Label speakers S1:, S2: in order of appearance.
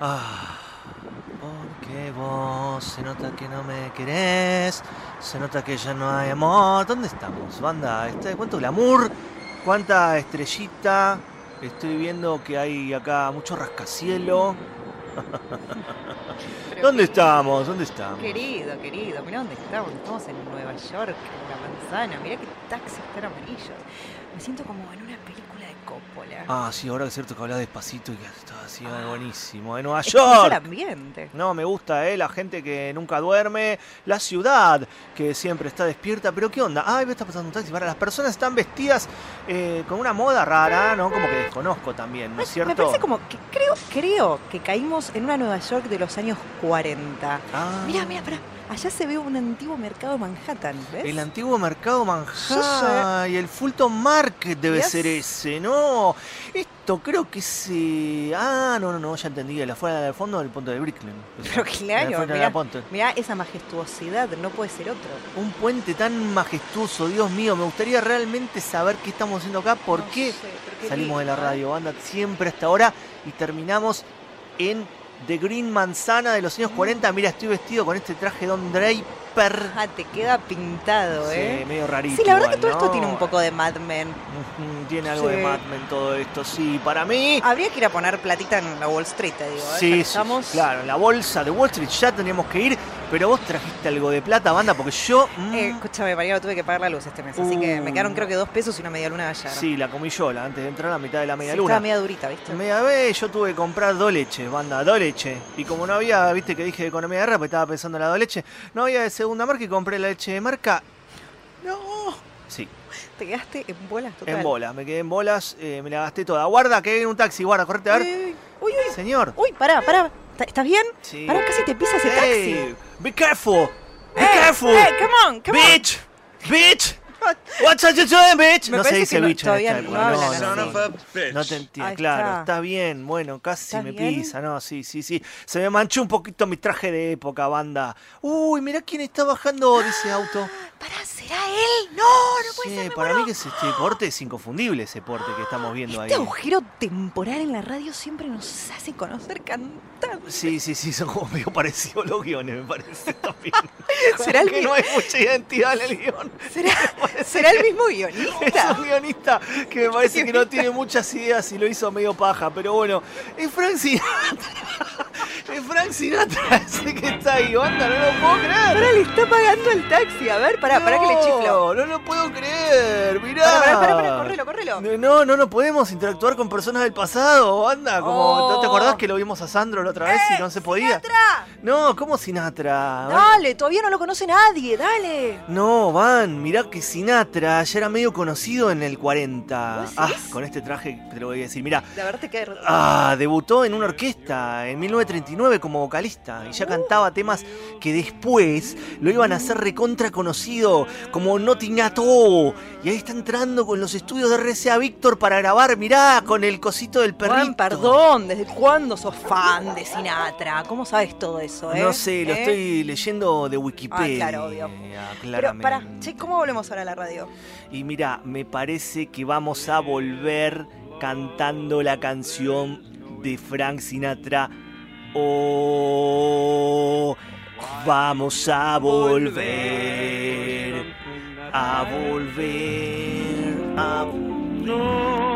S1: Ah, porque vos se nota que no me querés, se nota que ya no hay amor. ¿Dónde estamos, banda? Este- ¿Cuánto glamour? ¿Cuánta estrellita? Estoy viendo que hay acá mucho rascacielo.
S2: Pero
S1: ¿Dónde
S2: que-
S1: estamos? ¿Dónde estamos?
S2: Querido, querido, mirá dónde estamos. Estamos en Nueva York, en la manzana. Mirá qué taxis tan amarillos. Me siento como en una película de Coppola.
S1: Ah, sí, ahora es cierto que hablas despacito y que todo así, ah,
S2: Ah.
S1: buenísimo. De Nueva
S2: es como el
S1: York.
S2: ambiente.
S1: No, me gusta, ¿eh? La gente que nunca duerme, la ciudad que siempre está despierta, pero ¿qué onda? Ay, me está pasando un taxi. Para, las personas están vestidas eh, con una moda rara, ¿no? Como que desconozco también, ¿no es
S2: Me
S1: cierto?
S2: parece como que creo, creo que caímos en una Nueva York de los años 40.
S1: Ah,
S2: Mirá, mirá, pará. Allá se ve un antiguo mercado de Manhattan, ¿ves?
S1: El antiguo mercado Manhattan y el Fulton Market debe
S2: Yes.
S1: ser ese, ¿no? Esto creo que se... Ah, no, no, no, ya entendí. El afuera del fondo del puente de Brooklyn.
S2: Pero claro,
S1: El afuera de la
S2: mirá.
S1: ponte.
S2: Mirá esa majestuosidad, no puede ser otro.
S1: Un puente tan majestuoso, Dios mío, me gustaría realmente saber qué estamos haciendo acá, por
S2: No
S1: qué
S2: sé, pero qué
S1: salimos de la
S2: lindo, ¿eh?
S1: radio banda siempre hasta ahora y terminamos en The Green Manzana de los años
S2: Mm.
S1: 40. Mira, estoy vestido con este traje Don Draper.
S2: Ah, te queda pintado,
S1: Sí,
S2: ¿eh?
S1: medio rarito.
S2: Sí, la verdad
S1: igual,
S2: que todo esto
S1: ¿no?
S2: tiene un poco de Mad Men.
S1: Ujú, Tiene algo de
S2: Sí.
S1: Mad Men todo esto, sí. Para mí,
S2: Habría que ir a poner platita en la Wall Street, te digo. ¿eh? Ya
S1: Sí,
S2: que
S1: sí,
S2: estamos.
S1: sí, claro, en la bolsa de Wall Street ya teníamos que ir, pero vos trajiste algo de plata, banda, porque yo... mm,
S2: Eh, escúchame, Mariano, tuve que pagar la luz este mes. Así que me quedaron, creo que dos pesos y una media luna de ayer.
S1: Uh. sí, la comí yo, la antes de entrar a la mitad de la media
S2: Sí,
S1: luna.
S2: Estaba media durita, ¿viste?
S1: Media vez yo tuve que comprar dos leches, banda, dos leches. Y como no había, viste que dije economía de guerra, pues estaba pensando en la dos leches. No había de segunda marca y compré la leche de marca. No. Sí,
S2: Te quedaste en bolas total.
S1: en bolas, me quedé en bolas, eh, me la gasté toda. Guarda, que viene un taxi, guarda, correte a ver.
S2: Eh, Uy, uy,
S1: Señor.
S2: uy, pará, pará. ¿Está- ¿Estás bien?
S1: Sí.
S2: Pará, casi te pisa ese taxi.
S1: Hey, be careful. Be
S2: Eh,
S1: careful.
S2: eh, come on, come on.
S1: bitch. Bitch. What are you doing, bitch?
S2: Me
S1: no se
S2: parece
S1: dice
S2: que no-
S1: bitch en
S2: todavía
S1: esta
S2: no
S1: época,
S2: hablan así.
S1: no, no, no. No te entiendo,
S2: Ahí
S1: claro, está.
S2: está.
S1: bien, bueno, casi
S2: ¿Está
S1: me
S2: bien?
S1: pisa, no, sí, sí, sí. Se me manchó un poquito mi traje de época, banda. Uy, mirá quién está bajando de ese auto.
S2: Pará, ¿será él? No, no puede
S1: Sí,
S2: ser. me
S1: para
S2: muero.
S1: mí que es este porte es inconfundible ese porte que estamos viendo ahí.
S2: Este agujero temporal en la radio siempre nos hace conocer cantantes.
S1: Sí, sí, sí, son como medio parecidos los guiones, me parece también.
S2: ¿Será el
S1: que no hay mucha identidad en el guión.
S2: ¿Será,
S1: Parece
S2: será el
S1: que-
S2: mismo
S1: Es
S2: guionista?
S1: un guionista que me parece que no tiene muchas ideas y lo hizo medio paja, pero bueno, es Frank Sinatra. Es Frank Sinatra ese que está ahí, banda, no lo puedo creer.
S2: Pará, le está pagando el taxi. A ver, pará, pará que le
S1: No,
S2: chiflo.
S1: no lo puedo creer, mirá.
S2: Pará, pará, pará, pará, correlo, correlo.
S1: No, no, no podemos interactuar con personas del pasado, banda. Como, ¿No te
S2: Oh.
S1: acordás que lo vimos a Sandro la otra vez y no se podía?
S2: Eh, ¡Sinatra!
S1: No, ¿cómo Sinatra?
S2: Dale, todavía no lo conoce nadie, dale.
S1: No, Van, mirá que Sinatra ya era medio conocido en el 40.
S2: ¿Vos
S1: Ah,
S2: decís?
S1: con este traje te lo voy a decir. Mirá,
S2: De verdad que
S1: ah, debutó en una orquesta en 1939 como vocalista y ya cantaba temas que después lo iban a hacer recontra conocido como Notting At All. Y ahí está entrando con los estudios de RCA Víctor para grabar, mirá, con el cosito del perrito.
S2: Juan, perdón, ¿desde cuándo sos fan de Sinatra? ¿Cómo sabes todo eso, eh?
S1: No sé, lo
S2: ¿Eh?
S1: estoy leyendo de Wikipedia.
S2: claro, obvio. Pero
S1: claramente.
S2: pará, che, ¿cómo volvemos ahora a la radio?
S1: Y mira, me parece que vamos a volver cantando la canción de Frank Sinatra. Oh, vamos a volver, a volver, a
S3: No